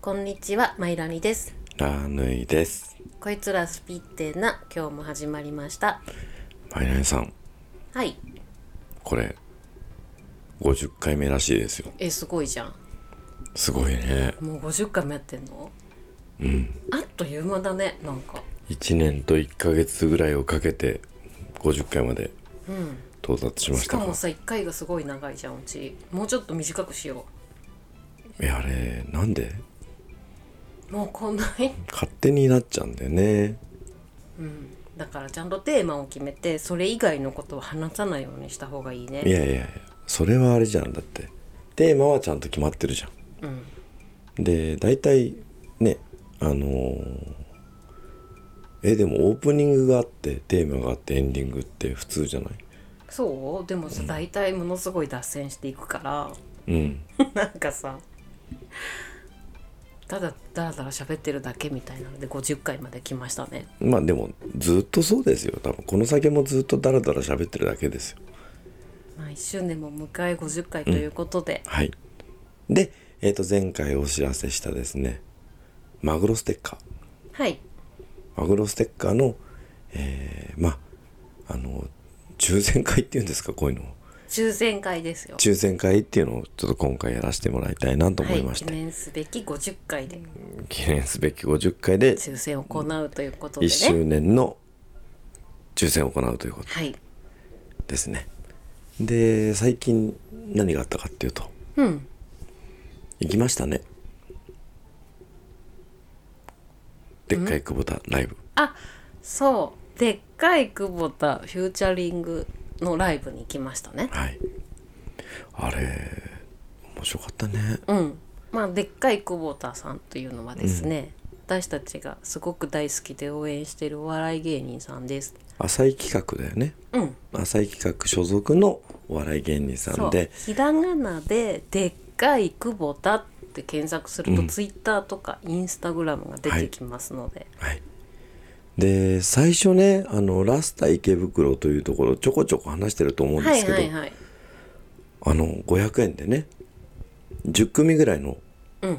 こんにちは、マイラニです。ラヌイです。こいつらスピッテーな、今日も始まりました。マイラニさん、はい。これ、50回目らしいですよ。え、すごいじゃん。すごいね。もう50回もやってんのうん。あっという間だね、なんか。 1年と1ヶ月ぐらいをかけて、50回まで到達しまししかたが。もさ、1回がすごい長いじゃん、うち。もうちょっと短くしよいや、あれ、なんでう。もうこんなに。勝手になっちゃうんだよね。だからちゃんとテーマを決めて、それ以外のことを話さないようにした方がいいいね。やいやいや、それはあれじゃん。だって、テーマはちゃんと決まってるじゃん。うん。で大体ねあのーえでもオープニングがあってテーマがあってエンディングって普通じゃないそうでもさ、大体ものすごい脱線していくから。うん なんかさただだらだら喋ってるだけみたいなので50回まで来ましたねまあでもずっとそうですよ多分この先もずっとダラダラ喋ってるだけですよまあ1周年も迎え50回ということで、はいでえっ、と前回お知らせしたですねマグロステッカーはいマグロステッカーのえー、まああの抽選会っていうんですかこういうのを抽選会ですよ抽選会っていうのをちょっと今回やらせてもらいたいなと思いはまい、し記て、念すべき50回で記念すべき50回で抽選を行うということで1ね周年の抽選を行うということはいですねで最近何があったかっていうとうん行きましたねでっかい久保田ライブあそうでっかい久保田フューチャリングのライブに行きましたねはいあれ面白かったねうんまあでっかい久保田さんというのはですね、私たちがすごく大好きで応援しているお笑い芸人さんです浅い企画だよねうん浅い企画所属のお笑い芸人さそんうでひらがなで「でっかい久保田」って検索すると、ツイッターとかインスタグラムが出てきますので、はい、で最初ねあのラスタ池袋というところちょこちょこ話してると思うんではい、すけど、はいはいあの500円でね10組ぐらいの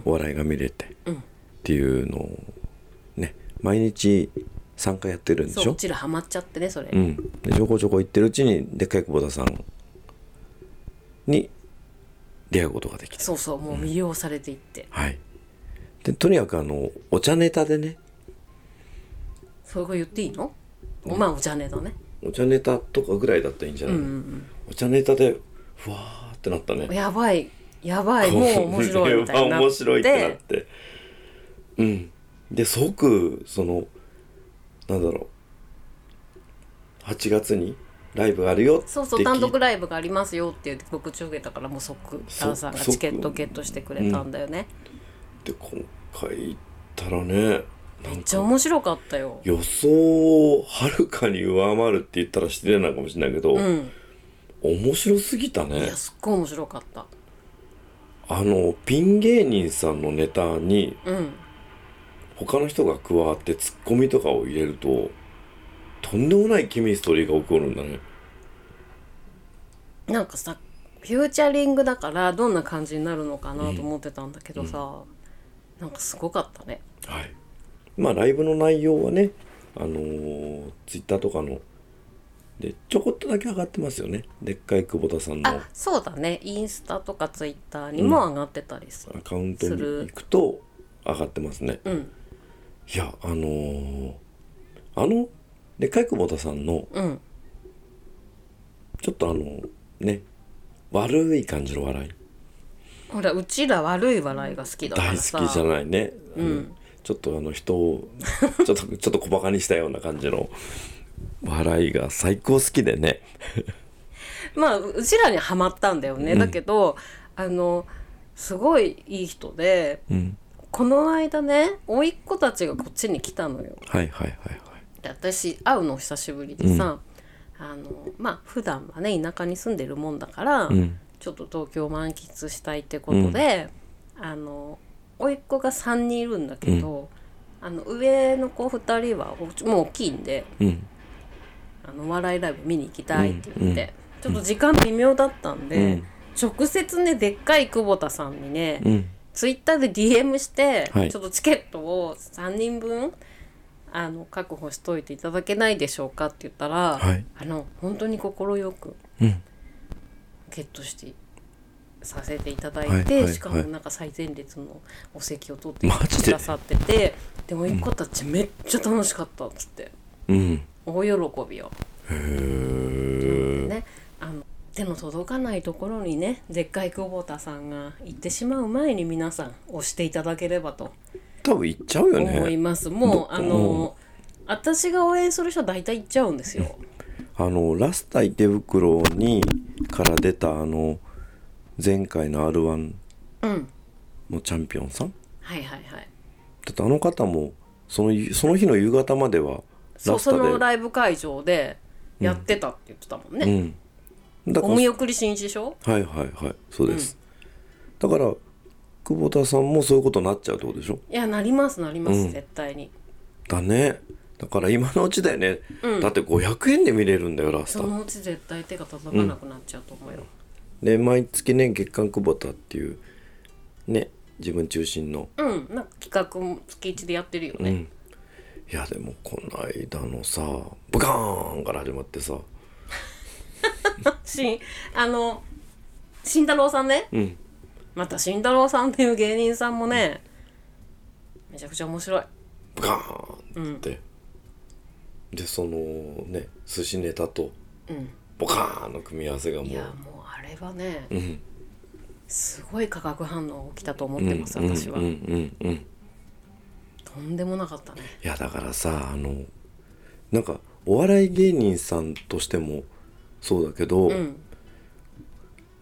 お笑いが見れて、っていうのをね毎日3回やってるんでそうしこょちらハマっちゃってねそれ、うんでちょこちょこ行ってるうちにでっかい久保田さんに出会うことができたそうそうもう魅了されていって、はいでとにかくあのお茶ネタでねそれが言っていいの、まあお茶ねだねお茶ネタとかぐらいだったらいいんじゃない、お茶ネタでふわーってなったねやばいやばいもう面白いみたいになっこれは面白 いってなっててうんで即そのなんだろう8月にライブあるよってそうそう単独ラライブがありますよっていう告知を受けたからもう即そダンさんがチケット即ゲットしてくれたんだよね、イブ今回行ったらねなめんっちゃか面白かったよ予想をはるかに上回るって言ったら失礼なのかもしれないけど、うん面白すぎたいねやすっごい面白かったあのピン芸人さんのネタにうん他の人が加わってツッコミとかを入れるととんでもないケミストリーが起こるんだねなんかさフューチャリングだからどんな感じになるのかなと思ってたんだけどさ、なんかすごかったねはいまあライブの内容はねあのー、ツイッターとかのでちょこっとだけ上がってますよねでっかい久保田さんのあそうだねインスタとかツイッターにも上がってたりするアカウントすにる行くと上がってますね、んいやあのー、あのでっかい久保田さんのうんちょっとあのね悪い感じの笑いほらうちら悪い笑いが好きだか大ら好さきじゃないね、あのちょっとあの人を ちょっとちょっと小バカにしたような感じの笑いが最高好きでねまあうちらにはまったんだよね、だけどあのすごいいい人でうんこの間ね甥いっ子たちがこっちに来たのよはいはいはいはいで私会うの久しぶりでさ、あのまあ普段はね田舎に住んでるもんだから、うんちょっと東京を満喫したいってことで、あの甥いっ子が3人いるんだけど、あの上の子2人はおもう大きいんでうんあのお笑いライブ見に行きたいって言って、ちょっと時間微妙だったんで、うん直接ねでっかい久保田さんにね、うんツイッターで DM して、はいちょっとチケットを3人分あの確保しといていただけないでしょうかって言ったら、はいあの本当に快くうんゲットしてさせていただいて、はいはいしかもなんか最前列のお席を取ってマジくでださっててでも一個たちめっちゃ楽しかったっつってうん大喜びよ。へえね、あの手の届かないところにねでっかい久保田さんが行ってしまう前に皆さん押していただければと多分行っちゃうよ思いねます、もどうあの私が応援する人は大体行っちゃうんですよ。あのラスタ池袋にから出たあの前回の r 1うんのチャンピオンさんはいはいはいだってあの方もそのその日の夕方まではそラうスそタでのライブ会場でやってたって言ってたもんね、うんだかおら見送り紳士賞はいはいはいそうです、だから久保田さんもそういうことになっちゃうってことでしょいやなりますなります、うん絶対にだねだから今のうちだよね、うんだって500円で見れるんだよラスそタのうち絶対手が届かなくなっちゃうと思うよ、で毎月ね月刊久保田っていうね自分中心のうんなんか企画も月1でやってるようね、んいやでもこの間のさブカーンから始まってさしあの慎太郎さんねうんまた慎太郎さんっていう芸人さんもねめちゃくちゃ面白いブカーンって、でそのね寿司ネタとうんボカーンの組み合わせがもいやうもうあれはねうんすごい化学反応起きたと思ってます、うん私は、うんうんうんうんとんでもなかったねいやだからさあのなんかお笑い芸人さんとしてもそうだけど、うん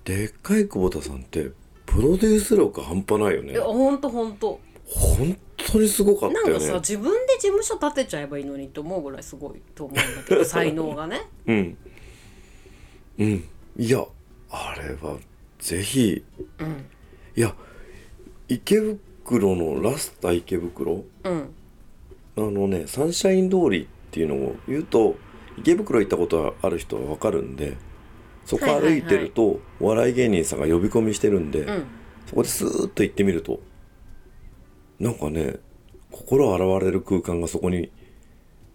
でっかい久保田さんってプロデュース力半端ないよいねやほんとほんと本当にすごかっなたんよかさね自分で事務所建てちゃえばいいのにって思うぐらいすごいと思うんだ けど才能がねうんうんいやあれはぜひうんいや池袋のラスタ池袋うんあのねサンシャイン通りっていうのを言うと池袋行ったことはある人はわかるんでそこ歩いてると、お笑い芸人さんが呼び込みしてるんで、うんそこでスーッと行ってみるとなんかね心洗われる空間がそこに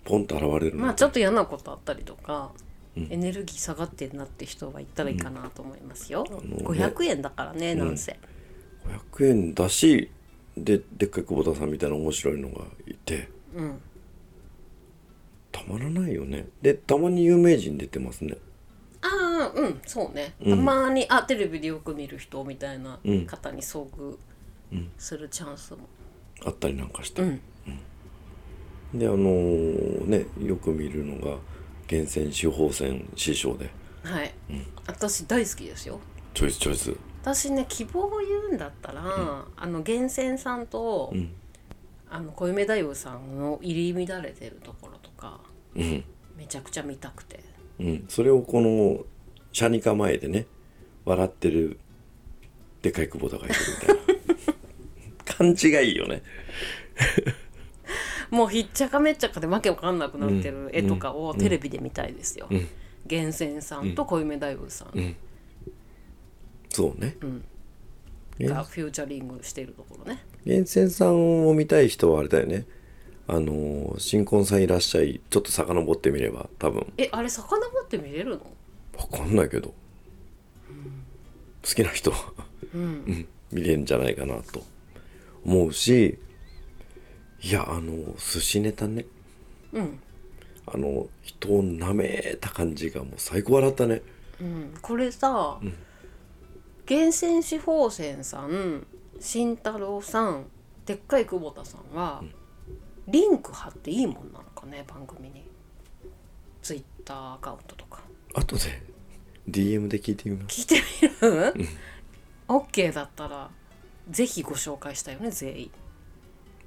ポンと現れるのまあちょっと嫌なことあったりとか、エネルギー下がってんなって人は行ったらいいかなと思いますよ、のね500円だからね、なんせ500円だしででっかい久保田さんみたいな面白いのがいてうんたまらないよねでたまに有名人出てますねああうんそうねたまに、あテレビでよく見る人みたいな方に遭遇するチャンスもあったりなんかして、うんであのーねよく見るのが厳選手法選師匠ではい、私大好きですよチョイスチョイス私ね希望を言うんだったら、あの源泉さんと、んあの小梅太夫さんの入り乱れてるところとかうんめちゃくちゃ見たくてうんそれをこの車に構えてね笑ってるでかい久保田がいるみたいな感じがいいよねもうひっちゃかめっちゃかでわけわかんなくなってる絵とかをテレビで見たいですよ、ん源泉さんと小梅太夫さんそうねがフューチャリングしてるところね厳選さんを見たい人はあれだよねあのー新婚さんいらっしゃいちょっと遡ってみれば多分えあれ魚持って見れるのわかんないけど、好きな人は、うん見れるんじゃないかなと思うしいやあの寿司ネタねうん、あの人を舐めた感じがもう最高笑ったねうん、これさ、厳選四方泉さん慎太郎さんでっかい久保田さんは、リンク貼っていいもんなのかね番組にツイッターアカウントとかあとで DM で聞いてみます聞いてみる ?OK だったらぜひご紹介したいよね全員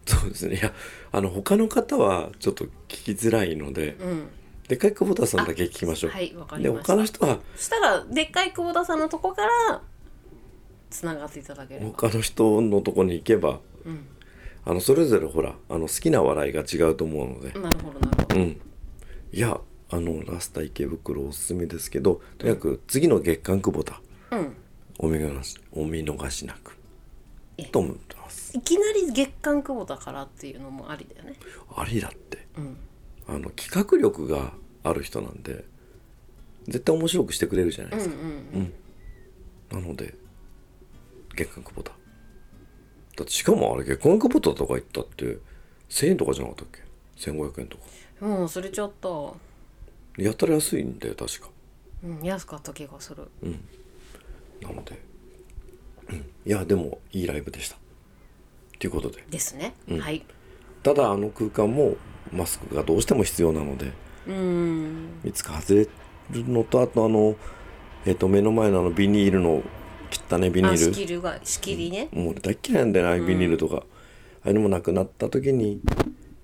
そうですねいやあの他の方はちょっと聞きづらいので、うんでっかい久保田さんだけ聞きましょう、はいわかりでました他の人はそしたらでっかい久保田さんのとこからつながっていただければ他の人のとこに行けばうんあのそれぞれほらあの好きな笑いが違うと思うのでなるほどなるほどうんいやあのラスタ池袋おすすめですけどとにかく次の月刊久保田うんお見逃しお見逃しなくええと思ういきなり月刊久保だからっていうのもありだよねありだってうんあの企画力がある人なんで絶対面白くしてくれるじゃないうんでうすか、んなので月刊久保田だってしかもあれ月刊久保田とか言ったって1000円とかじゃなかったっけ1500円とかうんもう忘れちゃった、うやたら安いんだよ確かん、安かった気がするなので、うんいやでもいいライブでしたということでですね、はいただあの空間もマスクがどうしても必要なのでうんいつか外れるのとあとあの、えっと目の前のあのビニールの切ったねビニあ仕ー切りが仕切りね、ルもう俺大っ嫌いなんだよな、ああいうビニールとかああいうのもなくなった時に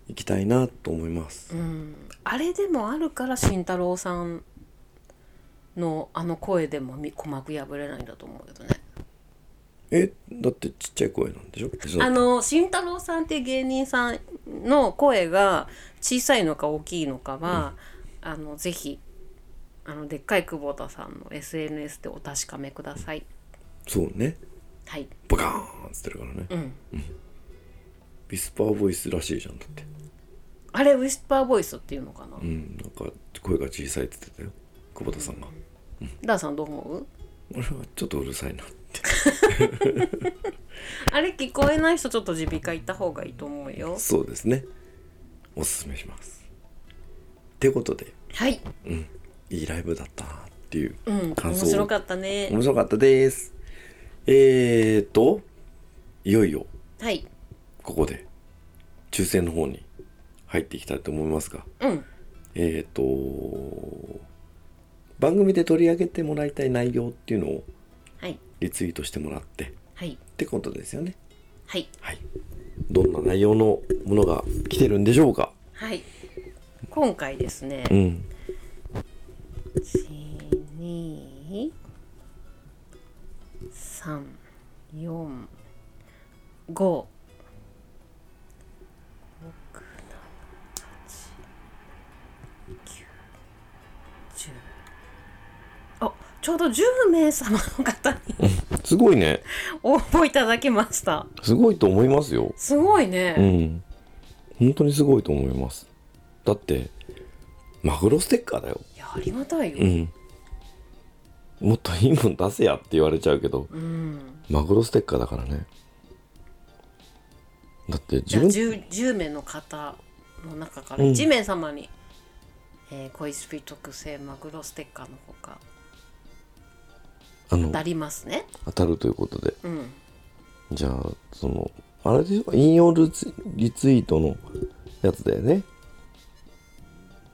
行きたいなと思います、うん、あれでもあるから慎太郎さんのあの声でもみ鼓膜破れないんだと思うけどねえだってちっちゃい声なんでしょあの慎太郎さんっていう芸人さんの声が小さいのか大きいのかは、あのぜひあのでっかい久保田さんの SNS でお確かめください。そうねはい、バカーンっつってるからね、うん、ビスパーボイスらしいじゃんだってあれウィスパーボイスっていうのかな、うんなんか声が小さいって言ってたよ久保田さんが、ダーさんどう思う俺はちょっとうるさいなってあれ聞こえない人ちょっと耳鼻科行った方がいいと思うよ。そうですねおすすめしますってことではい、いいライブだったなっていううん、感面想、白かったね。面白かったですえーといよいよはい、ここで抽選の方に入っていきたいと思いますがうん、えーと番組で取り上げてもらいたい内容っていうのをはい、リツイートしてもらってっはい、てことですよねはい、はいどんな内容のものが来てるんでしょうかはい。今回ですね、うん1 2 3 4 5 6 7 8 9 10あちょうど10名様の方にすごいね応募いただきましたすごいと思いますよすごいうね、ん本当にすごいと思いますだってマグロステッカーだよいやありがたいよ、うんもっといいもん出せやって言われちゃうけどうんマグロステッカーだからねだってじ自ゃあ分 10, 10名の方の中から1名様に、えー恋スピ特製マグロステッカーのほかあ当のたりますね。当たるということでうん。じゃあそのあれでしょ引用リツリツイートのやつだよね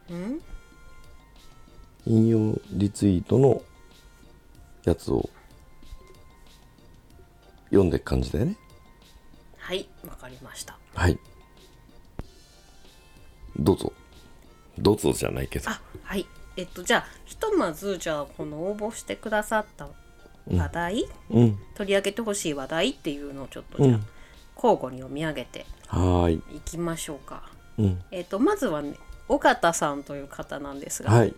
うん、引用リツイートのやつを読んでいく感じだよねはい、わかりました。はいどうぞどうぞじゃないけどあ、はい。えっとじゃあひとまずじゃあこの応募してくださった話題、うん取り上げてほしい話題っていうのをちょっとうじゃあ、ん交互に読み上げてはーいいきましょうか。うんえっとまずはね、尾形さんという方なんですが、はい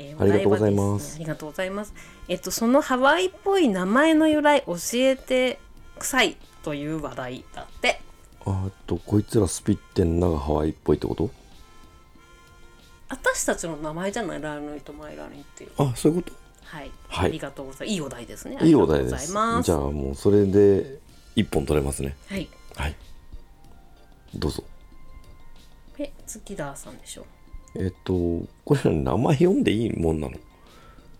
えーありがとうございお題はますでねありがとうございます。えっとそのハワイっぽい名前の由来教えてくさいという話題だって。あーっとこいつらスピってんながハワイっぽいってこと私たちの名前じゃないラーニンとマイラーニンっていう。あそういうこはい、はあいりがとうございます。いいお題ですね。といいお題でありすがとうございます。じゃあもうそれで一本取れますねはい。はいどうぞえ、月田さんでしょ。えっとこれ名前読んでいいもんなの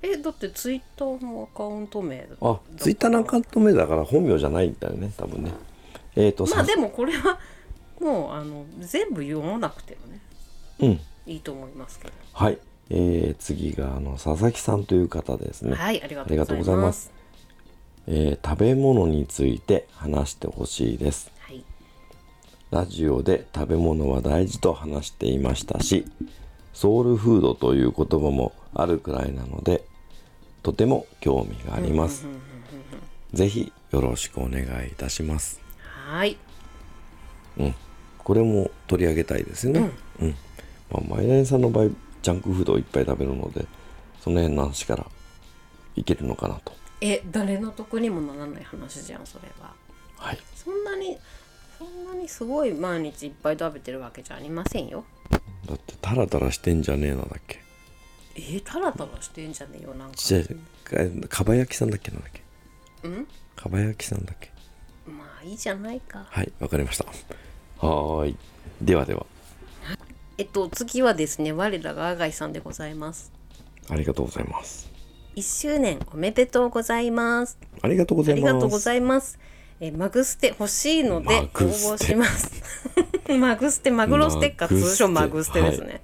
え、だってツイッターのアカウント名だあツイッターのアカウント名だから本名じゃないんだよね多分ねえっ、とまあさでもこれはもうあの全部読まなくてもね、うんいいと思いますけど。はい、えー、次があの佐々木さんという方ですね、はい、ありがありがととううごござざいいまますす。えー食べ物について話してほしいですはい。ラジオで食べ物は大事と話していましたしソウルフードという言葉もあるくらいなのでとても興味がありますぜひよろしくお願いいたしますはい。これも取り上げたいですねうん、まあ、マイナリさんの場合ジャンクフードをいっぱい食べるのでその辺の話からいけるのかなとえ、誰の得にもならない話じゃん、それは。はいそんなにそんなにすごい毎日いっぱい食べてるわけじゃありませんよだってタラタラしてんじゃねえのだっけえー、タラタラしてんじゃねえよなんかちっちゃいかかば焼きさんだっけなんだっけうんかば焼きさんだっけまあいいじゃないかはいわかりましたはーいではではえっと次はですね我らが阿イさんでございますありがとうございます1周年おめでとうございますありがとうござあいりますがとうございますえーマグステ欲しいのでマ応グス募テしますマグステマグロステかマグステ通称マグステですね、は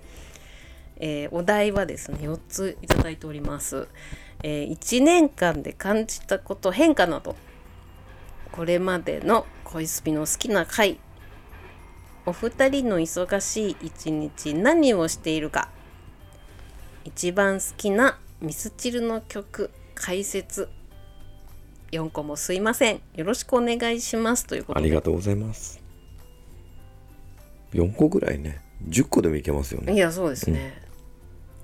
えーお題はですね4ついただいております、え1年間で感じたこと変化などこれまでの恋スピの好きな回お二人の忙しい一日何をしているか一番好きなミスチルの曲解説4個もすいませんよろしくお願いしますというこあとりでがとうございます4個ぐらいね10個でもいけますよいねやそうですね、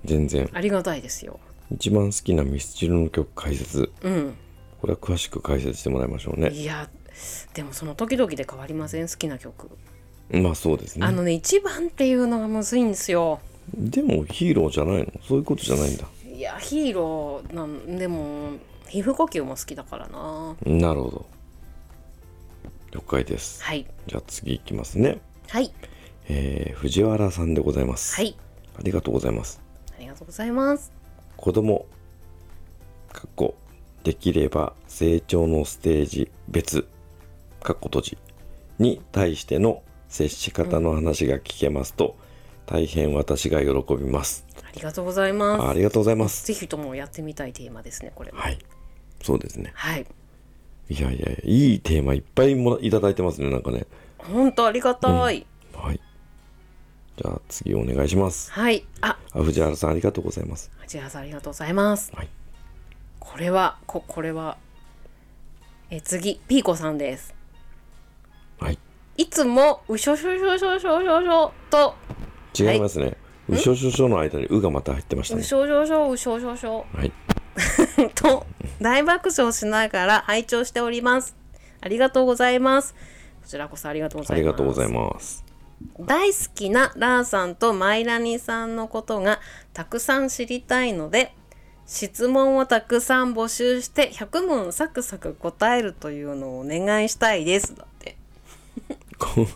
全然ありがたいですよ一番好きなミスチルの曲解説うんこれは詳しく解説してもらいましょうねいやでもその時々で変わりません好きな曲まあそうですあねのね一番っていうのがむずいんですよでもヒーローじゃないのそういうことじゃないんだいやヒーローなんでも皮膚呼吸も好きだからななるほど了解ですはいじゃあ次いきますねはいえー藤原さんでございます、はいありがとうございますありがとうございます子供かっこできれば成長のステージ別かっこ閉じに対しての接し方の話が聞けますと、大変私が喜びますありがとうございますあありがとうございますぜひともやってみたいテーマですねこれもはいそうですねはいいやいやいいテーマいっぱいもらいただいてますねなんかね本当ありがたい、はいじゃあ次お願いしますはいああ藤原さんありがとうございます八原さんありがとうございますはいこれはここれはえ次ピーコさんですはいいつもうしょしょしょしょしょしょしょと違いますね、うしょしょしょの間に「う」がまた入ってましたうねしょしょしょうしょしょしょ はいと大爆笑しながら拝聴しておりますありがとうございますこちらこそありがとうごあざいりますがとうございます大好きなラーさんとマイラニさんのことがたくさん知りたいので質問をたくさん募集して100問サクサク答えるというのをお願いしたいですだって こ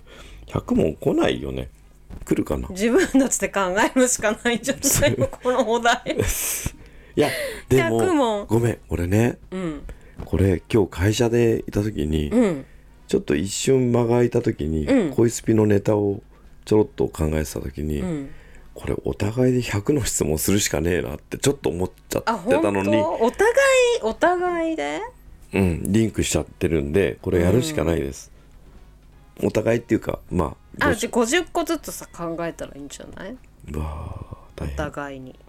100問来ないよね来るかな自分たちで考えるしかないんじゃない のこのお題いやでも100問ごめん俺ねうんこれ今日会社でいた時に、うんちょっと一瞬間が空いた時に、うん恋スピのネタをちょろっと考えてた時に、うんこれお互いで100の質問するしかねえなってちょっと思っちゃってあた本当のに、お互いお互いでうん、リンクしちゃってるんでこれやるしかないです、お互いっていうかまああどううしち50個ずつさ考えたらいいんじゃないうわあ大お変互いに、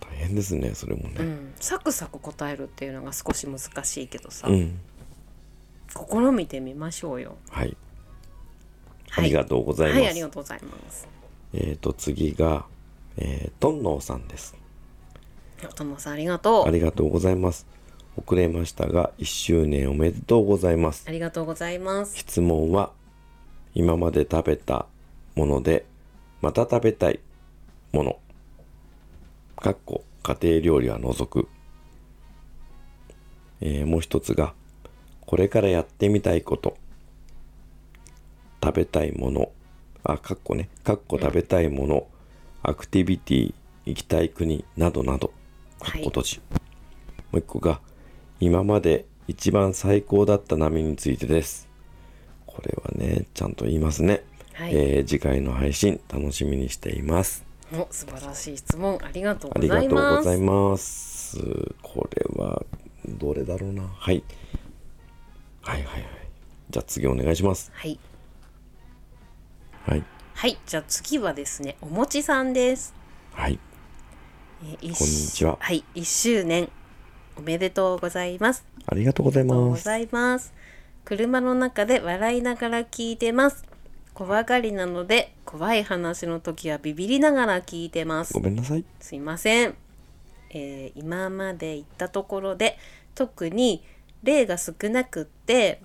大変ですねそれもうねん、サクサク答えるっていうのが少し難しいけどさ、うん試みてみましょうよはいあはいりがとうございます、はいありがとうございますえー、と次が、えー、トンノーさんですおともさんありがとあうりがとうございます遅れましたが1周年おめでとうございますありがとうございます質問は今まで食べたものでまた食べたいものかっこ家庭料理は除く、えーもう一つがこれからやってみたいこと食べたいものあかっこねかっこ食べたいもの、アクティビティ行きたい国などなどかはっいこ閉じ、もう一個が今まで一番最高だった波についてですこれはねちゃんと言いますね、はいえー次回の配信楽しみにしていますお素晴らしい質問ありがとうあごりざがというごまざいすますこれはどれだろうなはいはいはいはいじゃあ次お願いしますはいはいはいじゃあ次はですねおもちさんですはいえー一こんにちははい1周年おめでとうございますありがとうございありがとうまごすざいます。車の中で笑いながら聞いてます。怖がりなので怖い話の時はビビりながら聞いてますご。めんなさいすいません。えー今まで行ったところで特に例が少なくって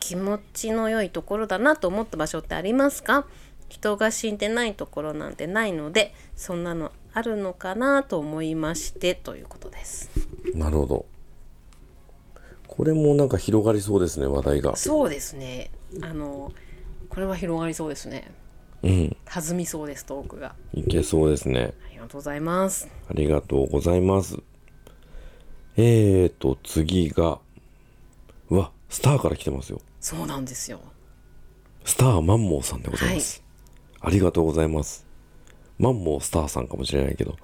気持ちの良いところだなと思った場所ってありますか人が死んでないところなんてないのでそんなのあるのかなと思いましてということですなるほどこれもなんか広がりそうですね話題がそうですねあのこれは広がりそうですねうん弾みそうですトークがいけそうですねありがとうございますありがとうございますえーと次がうわスターから来てますよそうなんですよスターマンモーさんでございます、ありがとうございますマンモースターさんかもしれないけど、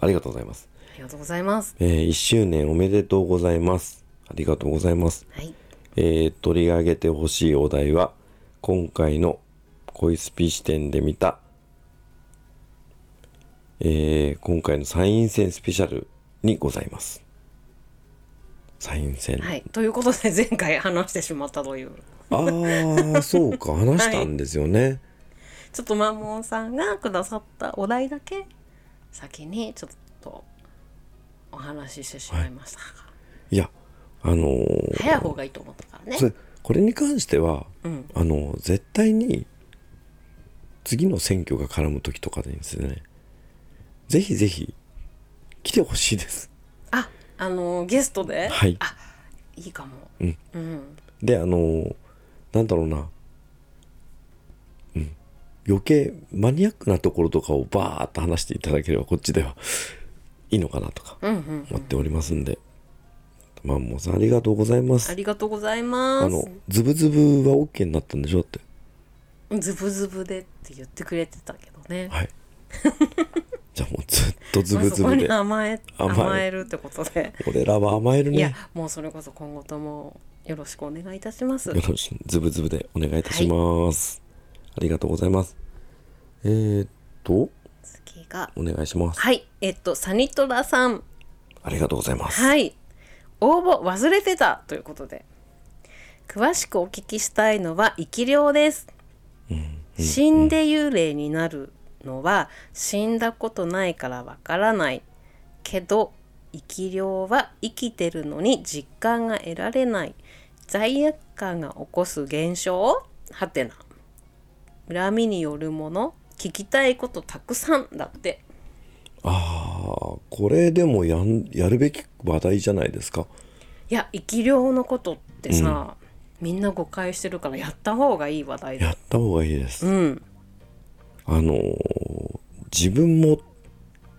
ありがとうございますありがとうございますえー、1周年おめでとうございます。ありがとうございます。はいえー、取り上げてほしいお題は、今回の恋スピ視点で見た、えー、今回の参院選スペシャルにございます。参院選。はいということで前回話してしまったというああ、そう か、話したんですよね。ちょっとマンモンさんがくださったお題だけ先にちょっとお話ししてしまいました、い、や、あのー早い方がいいと思ったからねそれこれに関しては、あの絶対に次の選挙が絡む時とかでですねぜひぜひ来てほしいですああのゲストで、はいあいいかも、であのなんだろうな、うん、余計マニアックなところとかをバーッと話していただければこっちではいいのかなとかうんうん、思っておりますんで、マンモさんありがとうございまあすりがとうございあまのズブズブは OK になったんでしょってすズブズブでって言ってくれてたけどね、はいじゃあもうずっとズまあブそズこブでに甘え甘え甘えるってことで、俺らは甘えるいね。やよもうそれこそ今後ともよろしくお願いいたしますろしく、ズブズブでお願いいたします。ありがとうございます。えー、っと、次がお願いします。はいえっとサニトラさんありがとうございます。はい。応募忘れてたということで。詳しくお聞きしたいのは生き量です。死んで幽霊になるのは死んだことないからわからないけど生き量は生きてるのに実感が得られない罪悪感が起こす現象はてな恨みによるもの聞きたいことたくさんだってああ、これでもやんやるべき話題じゃないですか。いや生き量のことってさ、みんな誤解してるからやった方がいい話題やだった方がいいです。うんあのー自分も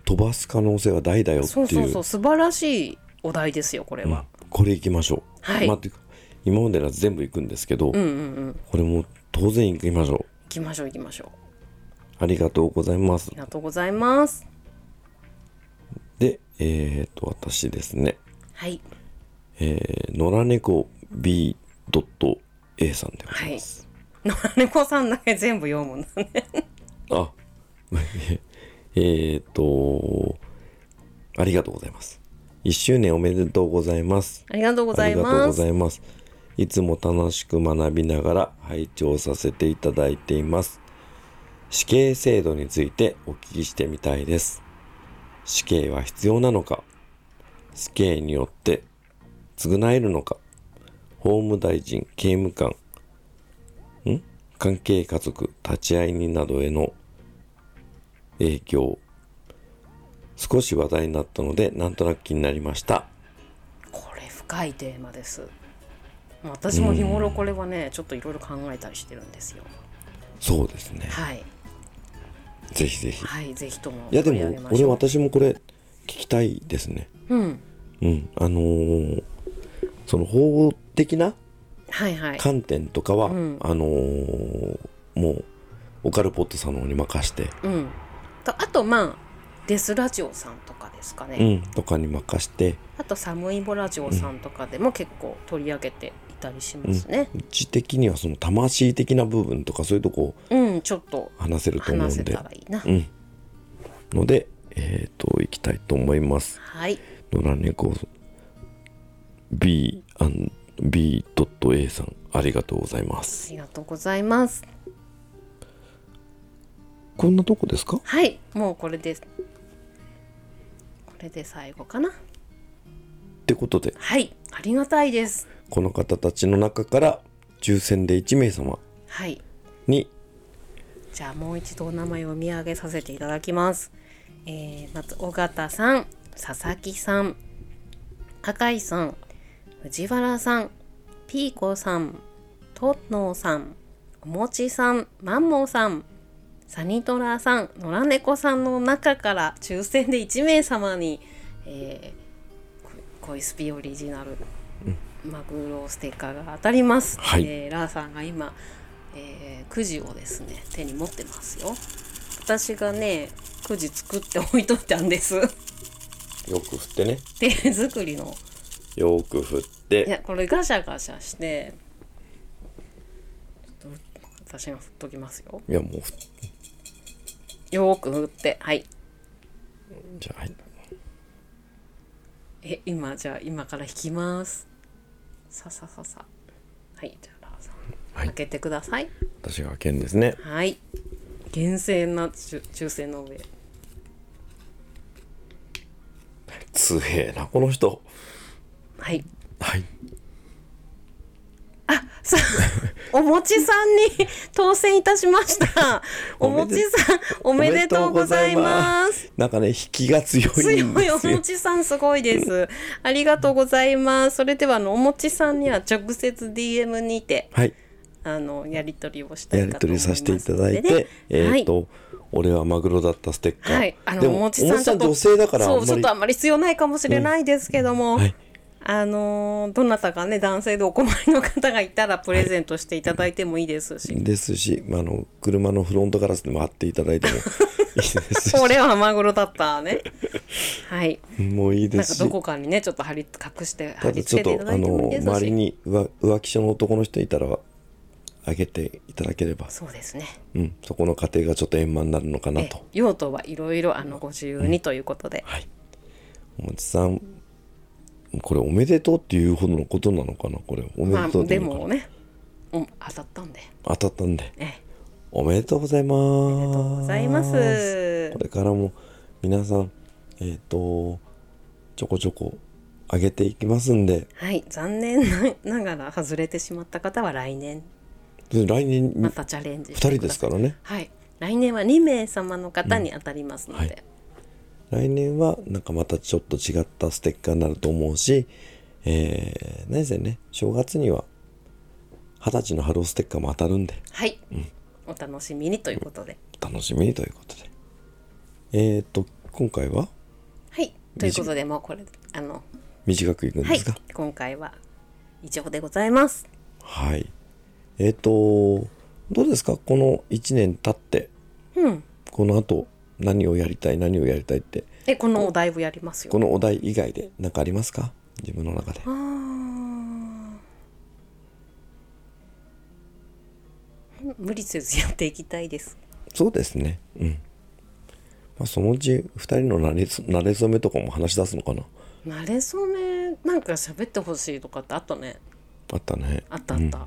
飛ばす可能性は大だよってい。そううそうそう素晴らしいお題ですよこれうんは、これ行きましょう。はいまあてか今までのやつ全部行くんですけど、うん、うんうん行これも当然行きましょう。きましょう行きましょうあありがとうございますり。がとうございますで、えっ、と、私ですね。はい えー、野良猫 B.A さんでございます。野良猫さんだけ全部読むんだねあ、 えっと、ありがとうございます。1周年おめでとうございます。ありがとうごあざりいがとうまごすざいます。いつも楽しく学びながら拝聴させていただいています。死刑制度についてお聞きしてみたいです。死刑は必要なのか死刑によって償えるのか法務大臣、刑務官、ん関係家族、立ち会い人などへの影響。少し話題になったので、なんとなく気になりました。これ深いテーマですもう私も日頃これはねちょっといろいろ考えたりしてるんですよそうですね。はいぜひぜひ。はいぜひともいやで取り上げもまし俺ょう私もこれ聞きたいですね。うんうん、あのーその法的なはいはい観点とかは、あのーもうオカルポットさんの方に任して、うんとあとまあデスラジオさんとかですかね、うん、とかに任してあとサムイボラジオさんとかでも結構取り上げていたりしますね。うち的にはその魂的な部分とかそういうとこをうん、ちょっと話せると思う話んせでたらいいな。んのでえっ、と行きたいと思います。はい、野良猫 B B A さんありがとうございまあす。りがとうございます。こんなとこですか？はい、もうこれでこれで最後かな。ってことではい、ありがたいです。この方たちの中から抽選で1名様はいにじゃあもう一度お名前を見上げさせていただきます。えー、まず尾形さん、佐々木さん、赤井さん、藤原さん、ピーコさん、トッノーさん、おもちさん、マンモーさん、サニトラさん、野良猫さんの中から抽選で1名様に、えーこ恋スピオリジナルマグロステッカーが当たります。はいえーラーさんが今えーくじをですね手に持ってますよ私がねくじ作って置いといたんですよく振ってね手作りのよく振っいてやこれガシャガシャしてちょっと私が振っときますよいやもう振っよーく振ってはいじゃあはいえ今じゃあ今から引きますささささはいじゃあラーさん、はい開けてください私が剣ですねはい厳正な抽抽選の上つえなこの人 はいはいさおもちさんに当選いたしました。おもちさん、おめでとうございます。なんかね引きが強いん強でいおすよもちさんすごいです。ありがとうございます。それではあのおもちさんには直接 DM にてはいあのやり取りをしたやいりかと取思いりますのさでせね、ていただいて、えはっ、と、俺はマグロだったステッカー、はい、あのでおももおちちささんんちょっと女性だからあそうんちまょっりとあんまり必要ないかもしれないですけども、はいあのーどなたかね男性でお困りの方がいたらプレゼントしていただいてもいいですし、ですし、まあ、あの車のフロントガラスでも貼っていただいてもいい ですしこれはマグロだったね。はい。もういいでなんかすどしこかにね、ちょっと貼り隠して貼たりだちょ付けてっいたとだあいてもいいのです周りし。に浮浮気症の男の人いたらあげていただければ、そうですね。うん、そこの家庭がちょっと円満になるのかなえと用途はいろいろあのご自由にということで、はいおもちさんこれおめでとうっていうほどのことなのかなこれおめまであとうっていでうのかなもね、お当たったんで、当たったんでええおめでとうございますおめでとうございますこ。れからも皆さんえっ、とちょこちょこ上げていきますんではい、残念なながら外れてしまった方は来年来年ま2たチャレンジしてください。人ですからねはい、来年は2名様の方に当たりますので、うんはい来年はなんかまたちょっと違ったステッカーになると思うしえー、何せね正月には二十歳のハローステッカーも当たるんではい、お楽しみにということで、お楽しみにということでえっ、と今回ははい、ということでもうこれあの短くいくんはでいすか、今回は以上でございますはい。えっ、と、どうですかこの1年経って、うんこの後、何をやりたい、何をやりたいって、えこのお題をやりますよこのお題以外で何かありますか自分の中であ。ー無理せずやっていきたいですそうですね。うん。まあ、そのうち2人のなれそ馴れ初めとかも話し出すのかな慣れ初めなんか喋ってほしいとかってあったねあったね。あったあった、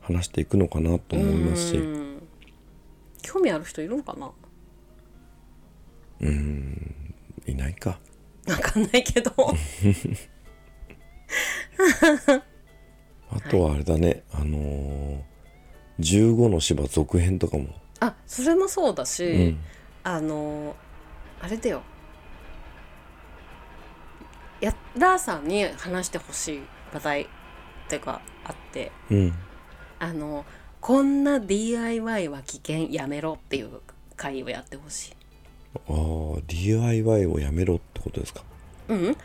話していくのかなと思いますし、興味ある人いるのかないないか。わかんないけどあとはあれだね、あのー15の芝続編とかも。あそれもそうだし、うん。あのあれだよやラーさんに話してほしい話題っていうかあってうん。あのこんな DIY は危険やめろっていう会をやってほしいああ、DIY をやめろってことですか。うん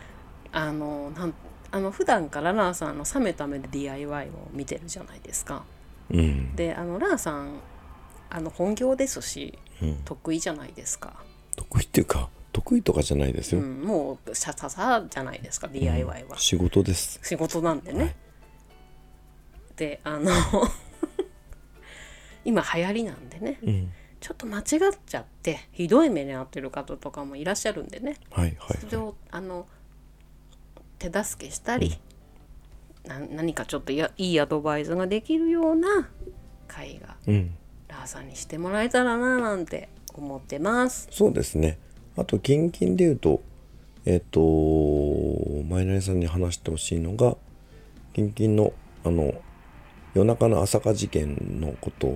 あのなんあの普段からラーさんの冷めた目で DIY を見てるじゃないですかうん。であのラーさんあの本業ですしうん得意じゃないですか、得意っていうか得意とかじゃないですうよ、ん、もうシャササじゃないですか DIY は、仕事です仕事なんでね、であの 今流行りなんでねうんちょっと間違っちゃってひどい目に遭ってる方とかもいらっしゃるんでねはいはそれいをあの手助けしたり、な何かちょっとやいいアドバイスができるような会がうんラーさんにしてもらえたらななんて思ってます。そうですねあと近々で言うとえっ、とマイナリさんに話してほしいのが近々のあの夜中の朝霞事件のこと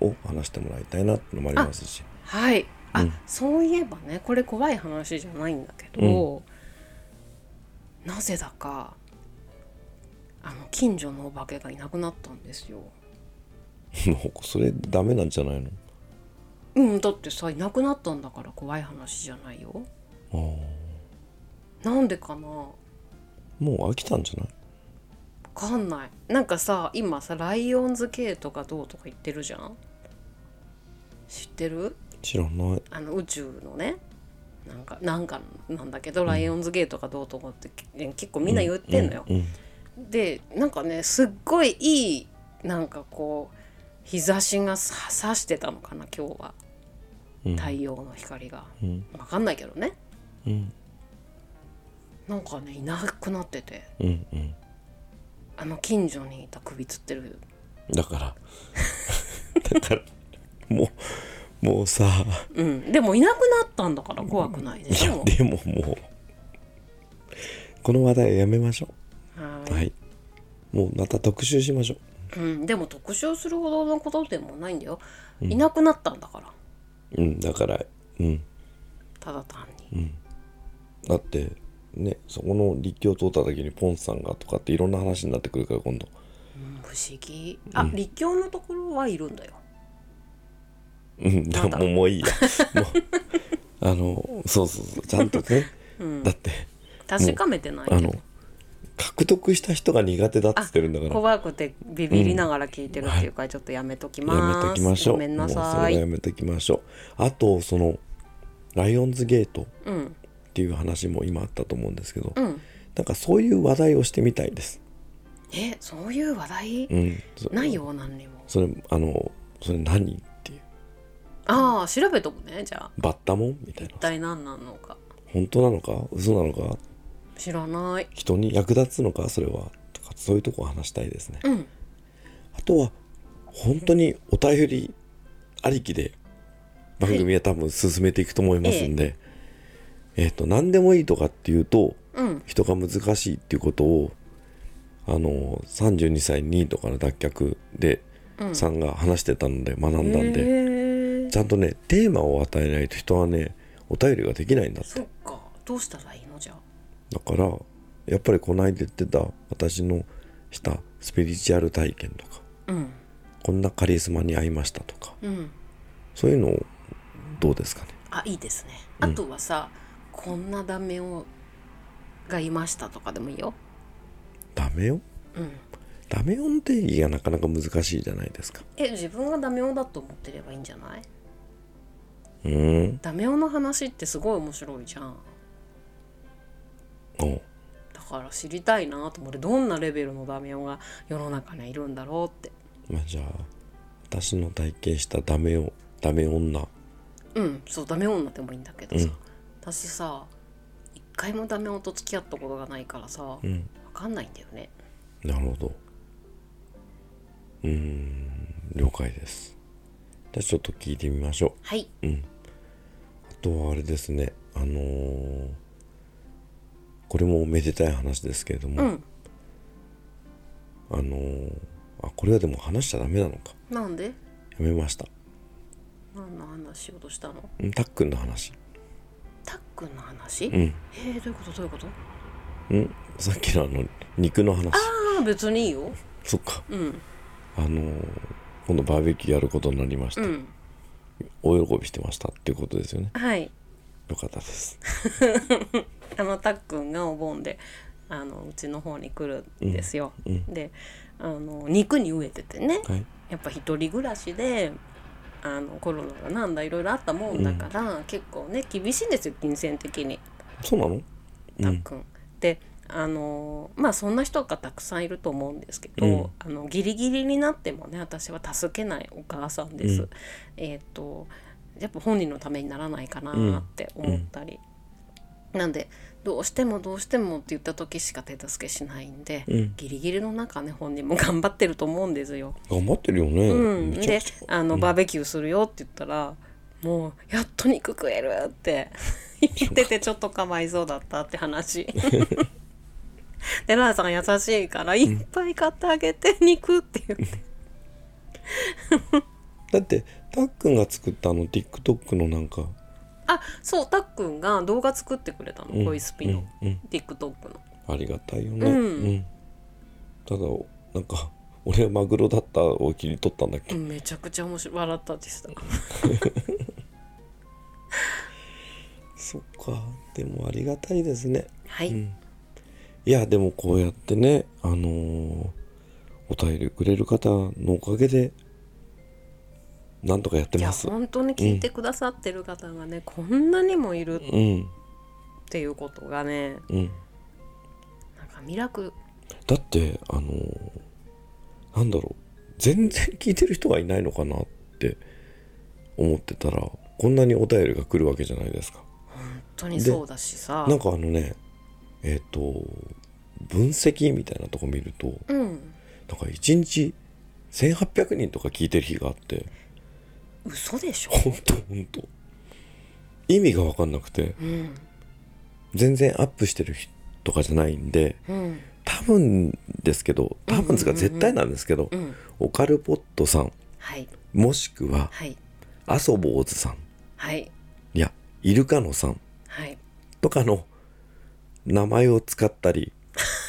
を話してもらいたいなってのもありますしはいあ、うんそういえばねこれ怖い話じゃないんだけど、なぜだかあの近所のお化けがいなくなったんですよ。もうそれダメなんじゃないのうんだってさいなくなったんだから怖い話じゃないよ。あーなんでかなわもう飽きたんじゃないかんない。なんかさ今さライオンズ系とかどうとか言ってるじゃん知ってる知らないあの宇宙のねなんかなんかなんだけど、ライオンズゲートがどうとかってえ結構みんな言ってんのよ。うん、でなんかねすっごいいいなんかこう日差しがささしてたのかな今日はうん太陽の光が、うんわかんないけどねうんなんかねいなくなっててうんうんあの近所にいた首つってるだから だからもうもうさうんでもいなくなったんだから怖くないでいしやょでももうこの話題はやめましょはういはいもうまた特集しましょうん、でも特集するほどのことでもないんだよ、いなくなったんだからううんだからうんただ単に、だってねそこの立教通った時にポンさんがとかっていろんな話になってくるから今度うん不思議あ、立教のところはいるんだようんでだももういいや もうあのそうそう そうちゃんとね、だって確かめてないけあどの獲得した人が苦手だっつってるんだから怖くてビビりながら聞いてるっていうからちょっとやめときます、やめときましょうごめんなもうそされいはやめときましょうあとそのライオンズゲートうんっていう話も今あったと思うんですけど、うんなんかそういう話題をしてみたいです。えそういう話題、うん、そないよ何にもそれあのそれ何っていうああ調べとくねじゃあバッタモンみたいな一体何なのか本当なのか嘘なのか知らない人に役立つのかそれはとかそういうとこを話したいですね。うんあとは本当にお便りありきで番組は多分進めていくと思いますんで、えっ、と何でもいいとかっていうとうん人が難しいっていうことをあの32歳ニートから脱却で、うんさんが話してたので学んだんへで、ーちゃんとねテーマを与えないと人はねお便りができないんだってそっかどうしたらいいのじゃあだからやっぱりこの間言ってた私のしたスピリチュアル体験とかうんこんなカリスマに会いましたとかうんそういうのをどうですかねあいいですねあとはさ、こんなダメをがいましたとかでもいいよダメようんダメよの定義がなかなか難しいじゃないですかえ自分がダメ男だと思ってればいいんじゃないうーんダメ男の話ってすごい面白いじゃんおだから知りたいなと思ってどんなレベルのダメ男が世の中にいるんだろうってまあじゃあ私の体験したダメよダメ女うんそうダメ女でもいいんだけどさ、私さ一回もダメ男と付き合ったことがないからさ、わんかんないんだよねなるほどうーん了解ですじゃあちょっと聞いてみましょう、はいうん、あとはあれですねあのーこれもめでたい話ですけれども、うんあのーあこれはでも話しちゃダメなのかなんでやめました何の話しようとしたのうんたっくんの話たっくんの話、うえんー、どういうことどういうことうんさっきのあの肉の話ああ別にいいよそっかうんあのー今度バーベキューやることになりました、うんお喜びしてましたっていうことですよねはいよかったですあのたっくんがお盆であのうちの方に来るんですよ、うんであの肉に飢えててねはいやっぱ一人暮らしであのコロナがなんだいろいろあったもんだから、結構ね厳しいんですよ金銭的にそうなのうたっんくん。であのまあそんな人がたくさんいると思うんですけど、うんあのギリギリになってもね私は助けないお母さんです。うんえっ、とやっぱ本人のためにならないかなって思ったり、なんでどうしてもどうしてもって言った時しか手助けしないんで、うんギリギリの中ね本人も頑張ってると思うんですよ。頑張ってるよね、うん、めちゃでくちゃあのバーベキューするよって言ったら、もうやっと肉食 えるって言っててちょっとかわいそうだったって話寺田さん優しいからいっぱい買ってあげて肉って言ってだってたっくんが作ったあの TikTok のなんかあそうたっくんが動画作ってくれたの、うん恋スピの、うんうん TikTok のありがたいよね、うんただなんか 俺はマグロだったを切り取ったんだっけ、うんめちゃくちゃ面白い笑ったでしたそっかでもありがたいですねはい、うんいやでもこうやってねあのーお便りくれる方のおかげでなんとかやっていやます本当に聞いてくださってる方がね、こんなにもいるっうんていうことがねうんなんかミラクだってあのーなんだろう全然聞いてる人がいないのかなって思ってたらこんなにお便りが来るわけじゃないですか本当にそうだしさなんかあのねえっ、と分析みたいなとこ見るとうんなんか1日1800人とか聞いてる日があって嘘でしょ、ほんとほんと意味が分かんなくてうん全然アップしてる日とかじゃないんでうん多分ですけど多分ですかうんうんうんうん絶対なんですけど、うんオカルポットさんはいもしくははいアソボーズさんはいいやイルカノさんはいとかの名前を使っ たり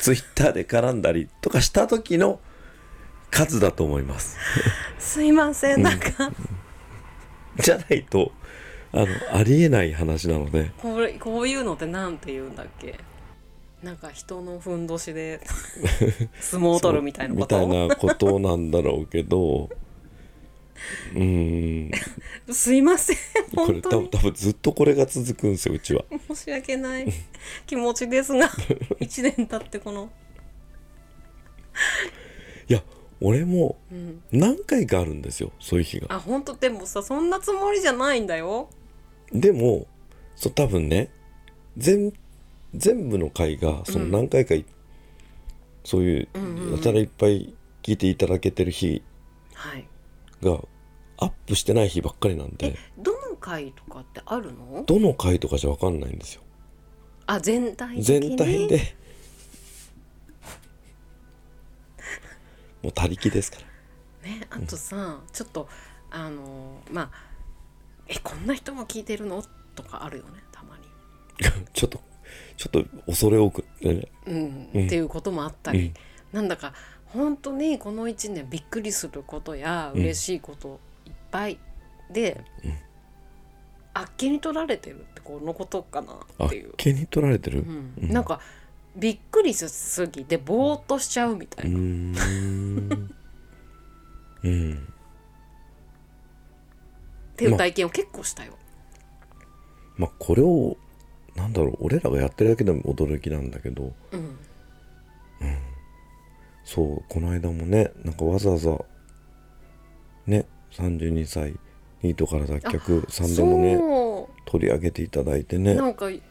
ツイッターで絡んだりとかした時の数だと思いますすいませんなんか、じゃないとあのありえない話なのでこれこういうのってなんて言うんだっけなんか人のふんどしで相撲を取るみたいなこそうみとたいなことなんだろうけどうーんすいませんこ本れ多当分に多分ずっとこれが続くんですようちは申し訳ない気持ちですが1年経ってこのいや俺もうん何回かあるんですよそういう日があ本当でもさそんなつもりじゃないんだよでもそう多分ね全全部の回がそのうん何回かい、そういううんうんうんやたらいっぱい聞いていただけてる日はいがアップしてない日ばっかりなんでどの回とかってあるのどの回とかじゃ分かんないんですよあ全体的に全体で もう他力ですから ねあとさちょっとあのーまあえこんな人も聞いてるのとかあるよねたまにちょっとちょっと恐れ多くってねうん、うんっていうこともあったり、なんだか本当にこの1年びっくりすることやうん嬉しいこといっぱいで、あっけに取られてるってこのことかなあっっていう、毛に取られてるうんうんなんかびっくりしすぎてぼーっとしちゃうみたういーな、んうんっていう体験を結構したよ。まあこれをなんだろう俺らがやってるだけでも驚きなんだけどうん、そうこの間もねなんかわざわざね32歳ニートから脱却さんでもねそ取り上げていただいてうねなんかね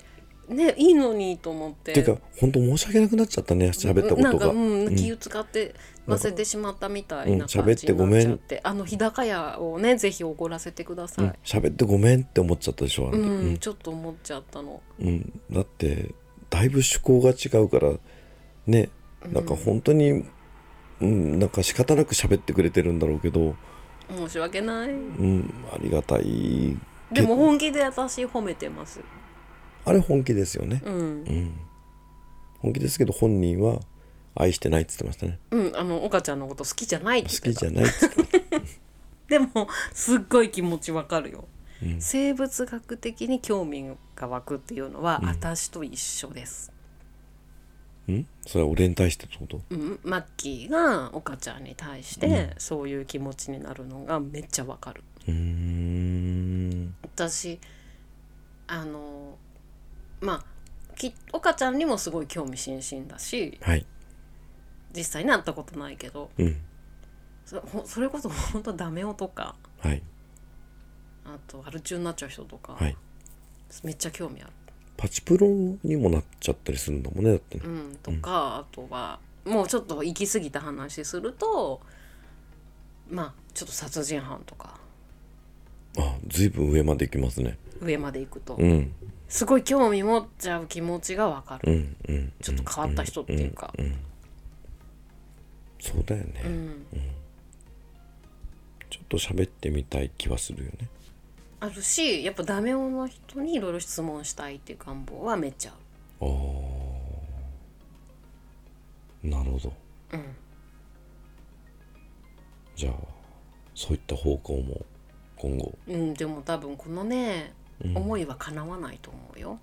いいのにと思って。ていうか本当申し訳なくなっちゃったね喋ったこなんとか、が、うん、ん気を使って忘れてしまったみたいなうん感じになっちゃっ、喋ってあの日高屋をねぜひおごらせてくださうんい、喋ってごめんって思っちゃったでしょあうのん時ちょっと思っちゃったのうんうんだってだいぶ趣向が違うからねなんか本当に、うん、なんか仕方なく喋ってくれてるんだろうけど、申し訳ないうん、ありがたいでも本気で私褒めてますあれ本気ですよね、うんう、ん、本気ですけど本人は愛してないって言ってましたねうん、あの岡ちゃんのこと好きじゃないっ好てき言ってじたゃないって言ってでもすっごい気持ちわかるよ、うん生物学的に興味が湧くっていうのは、うん私と一緒です、うんそれは俺に対してってことうん、マッキーが岡ちゃんに対してそういう気持ちになるのがめっちゃわかるうーん私あのまあき岡ちゃんにもすごい興味津々だしはい実際に会ったことないけどうんそほそれこそ本当ダメ男とかはいあとアル中になっちゃう人とか、はいめっちゃ興味ある、パチプロにもなっちゃったりするんだもんねだってねうん、とか、あとはもうちょっと行き過ぎた話するとまあちょっと殺人犯とかあずいぶん上まで行きますね上まで行くと、うんすごい興味持っちゃう気持ちがわかる、うんうんちょっと変わった人っていうか、そうだよね、うんちょっと喋ってみたい気はするよねあるしやっぱダメ男の人にいろいろ質問したいっていう願望はめっちゃあるああなるほど、じゃあそういった方向も今後うん、でも多分このね、思いは叶わないと思うよ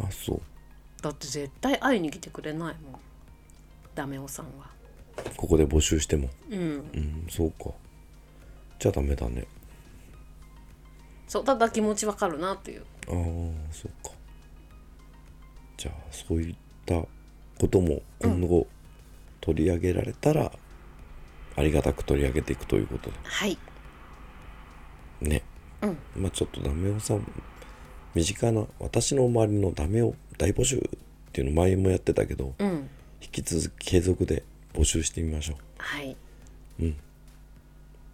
あそうだって絶対会いに来てくれないもんダメ男さんはここで募集してもうんうんそうかじゃあダメだねそうただ気持ちわかるなっていうああそうかじゃあそういったことも今後取り上げられたら、ありがたく取り上げていくということはいでね、うんまあちょっとダメ男さん身近な私の周りのダメ男大募集っていうの前もやってたけど、うん引き続き継続で募集してみましょはい、う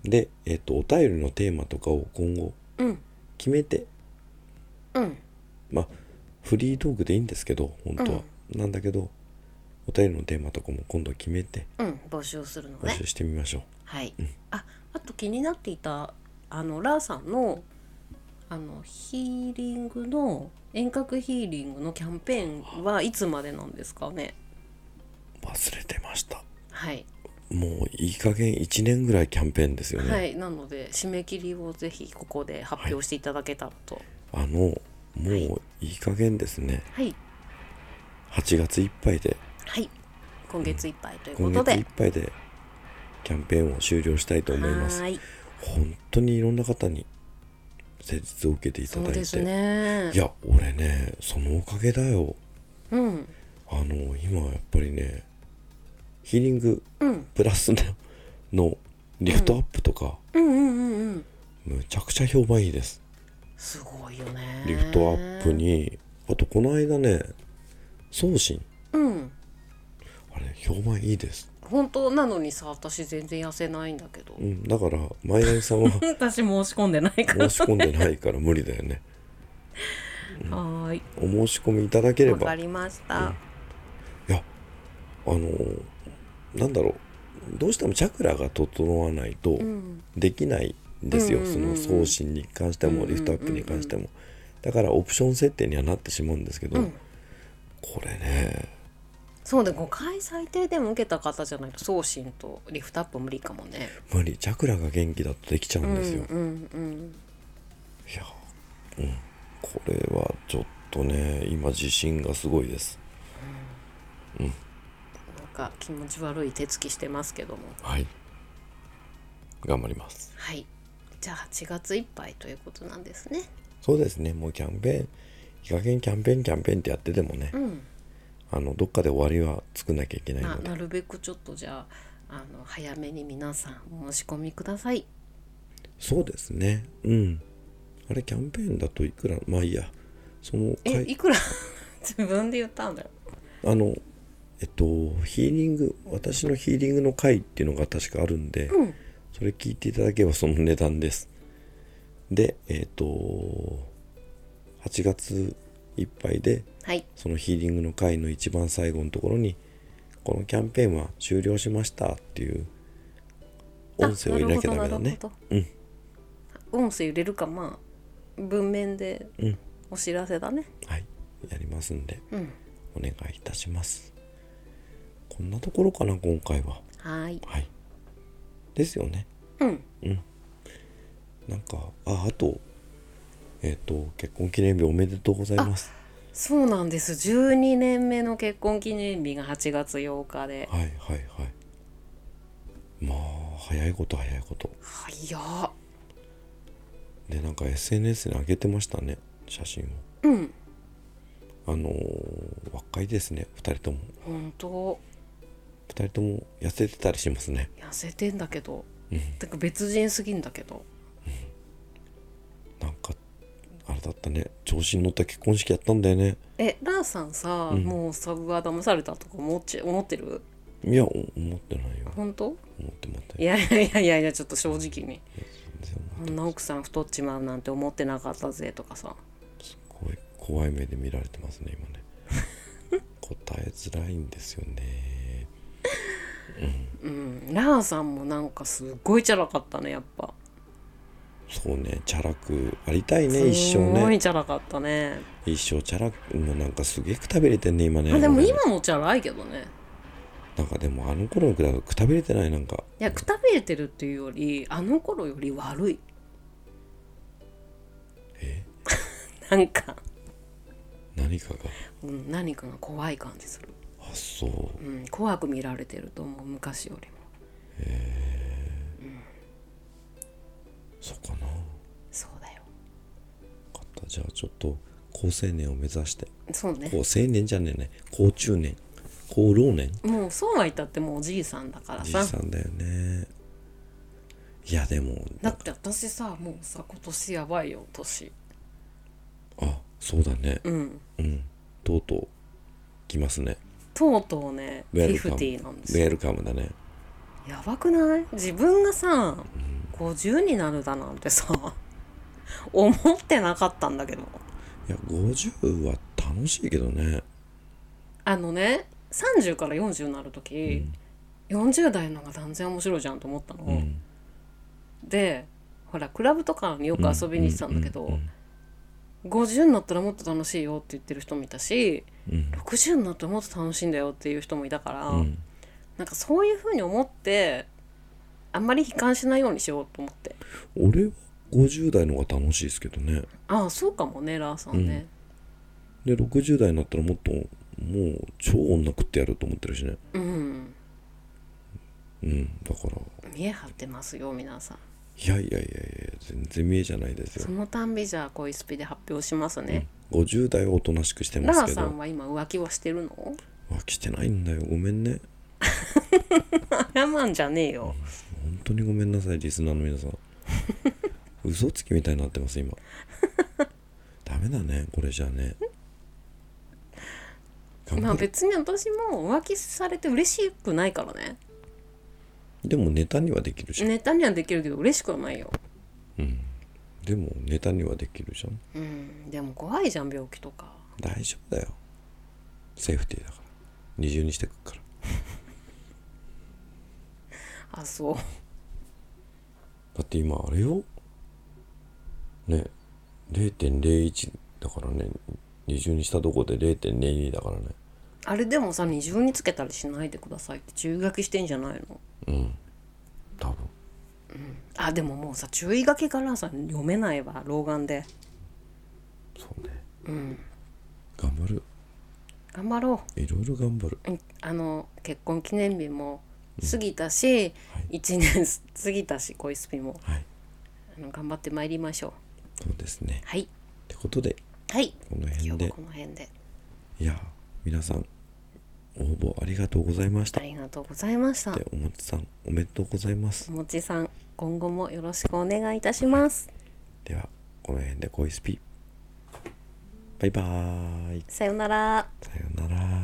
で、えっとお便りのテーマとかを今後うん決めてうんまあフリートークでいいんですけど本当は、なんだけどお便りのテーマとかも今度決めてうん募集するの募ね集してみましょう、はい、ああと気になっていたあのラーさんのあのヒーリングの遠隔ヒーリングのキャンペーンはいつまでなんですかね忘れてましたはい、もういい加減1年ぐらいキャンペーンですよね、はいなので締め切りをぜひここで発表していただけたらとあのもういい加減ですねはい8月いっぱいではい今月いっぱいというこ今と月いっでぱいでキャンペーンを終了したいと思いますはーい本当にいろんな方に施術を受けていたそだういてですねいや俺ねそのおかげだようんあの今やっぱりねヒーリングうんプラスののリフトアップとか、うんうんうんうんむちゃくちゃ評判いいですすごいよねリフトアップにあとこの間ね送信うんあれ評判いいです、本当なのにさ私全然痩せないんだけど、うん、だからマイナイさ んは私申し込んでないから申し込んでないから無理だよねはーいお申し込みいただけれわばかいりました、やあのーなんだろうどうしてもチャクラが整わないと、うんできないんですよ、うんうんそうんうのん送信に関してうんうんもうんうんリフトアップに関しても、だからオプション設定にはなってしまうんですけど、うんこれねそうで5回最低でも受けた方じゃないと送信とリフトアップ無理かもね無理チャクラが元気だとできちゃうんですよ、いうんうんや、うん、これはちょっとね今自信がすごいですなんか気持ち悪い手つきしてますけどもはい頑張りますはいじゃあ8月いっぱいということなんですねそうですねもうキャンペーンいい加減キャンペーンキャンペーンってやっててもね、うんあのどっかで終わりは作んなきゃいけないなのでなるべくちょっとじゃああの早めに皆さんお申し込みくださいそうですねうんあれキャンペーンだといくらまあいいやそのえ、かいいくら 自分で言ったんだよあのえっとヒーリング私のヒーリングの会っていうのが確かあるんで、うんそれ聞いていただければその値段ですでえっと8月いっぱいではいそのヒーリングの会の一番最後のところにこのキャンペーンは終了しましたっていう音声を入れなきゃダメあなだねるほどなるほど音声入れるかまあ文面でうんお知らせだねはいやりますんでうんお願いいたしますこんなところかな今回ははーいはいですよねうんなんかああとえっ、と結婚記念日おめでとうございますそうなんです12年目の結婚記念日が8月8日ではいはいはいまあ早いこと早いこと早っでなんか SNS に上げてましたね写真をうんあのー若いですね2人とも本当2人とも痩せてたりしますね痩せてんだけどうんてか別人すぎんだけどなんかあれだったね調子に乗った結婚式やったんだよねえラーさんさ、うんもうサブは騙されたとか思っち思ってるいやお思ってないよ本当思って思っていやいやいやいやいやちょっと正直に全然思っあてんな奥さん太っちまうなんて思ってなかったぜとかさごい怖い目で見られてますね今 ね答えづらいんですよねうんランさんもなんかすごいチャラかったねやっぱそうねチャラくありたいね一す生ごいねチャラかったね一生チャラくもうなんかすげえくたびれてんね今ねあでも俺今もチャラいけどねなんかでもあの頃のくらいはくたびれてないなんかいやくたびれてるっていうよりあの頃より悪いえ なんか、何かがうん、何かが怖い感じする、あそううん、怖く見られてると思う昔よりもそうかなよそうだよかったじゃあちょっと高青年を目指してそうね高青年じゃねえね高中年高老年もうそうは言ったってもうおじいさんだからじいささんだよねいやでもだって私さもうさ今年やばいよ年あそうだねうんうんとうとう来ますねとうとうねウェルカム50なんですウよェルカムだねやばくない自分がさ50になるだなんてさ思ってなかったんだけどいや50は楽しいけどねあのね30から40になる時、40代の方が断然面白いじゃんと思ったの、うんでほらクラブとかによく遊びに行ってたんだけど、うんうん50になったらもっと楽しいよって言ってる人もいたしうん60になったらもっと楽しいんだよっていう人もいたから、うんなんかそういうふうに思ってあんまり悲観しないようにしようと思って俺は50代の方が楽しいですけどねああそうかもねラーさんね、で60代になったらもっともう超女食ってやると思ってるしねうん、うんだから見え張ってますよ皆さんいやいやいやいや全然見えじゃないですそよ、のたんびじゃあ恋スピで発表しますね、 50代はおとなしくしてまラすーけどさんは今浮気はしてるのわ来てないんだよごめんね謝んじゃねえ よ本当にごめんなさいリスナーの皆さん嘘つきみたいになってます今ダメだねこれじゃあね頑まあ張る別に私も浮気されて嬉しくないからねでもネタにはできるじゃん、ネタにはできるけど嬉しくはないようん、でもネタにはできるじゃんうんでも怖いじゃん病気とか大丈夫だよセーフティーだから二重にしてくっからあそうだって今あれよね0.01だからね二重にしたとこで0.02だからねあれでもさ二重につけたりしないでくださいって注意書きしてんじゃないの多分あでももうさ注意書きからさ読めないわ老眼でそうねうん頑張る頑張ろいろいろ頑張るううんあの結婚記念日も過ぎたし、一年 過ぎたし恋スピもはいあの頑張ってまいりましょうそうですねはいってことではいこ今の辺日はでこの辺でいや皆さん応募ありがとうございましたありがとうございましたでおもちさんおめでとうございますおもちさん今後もよろしくお願いいたしますではこの辺で恋スピバイバーイさようならさよなら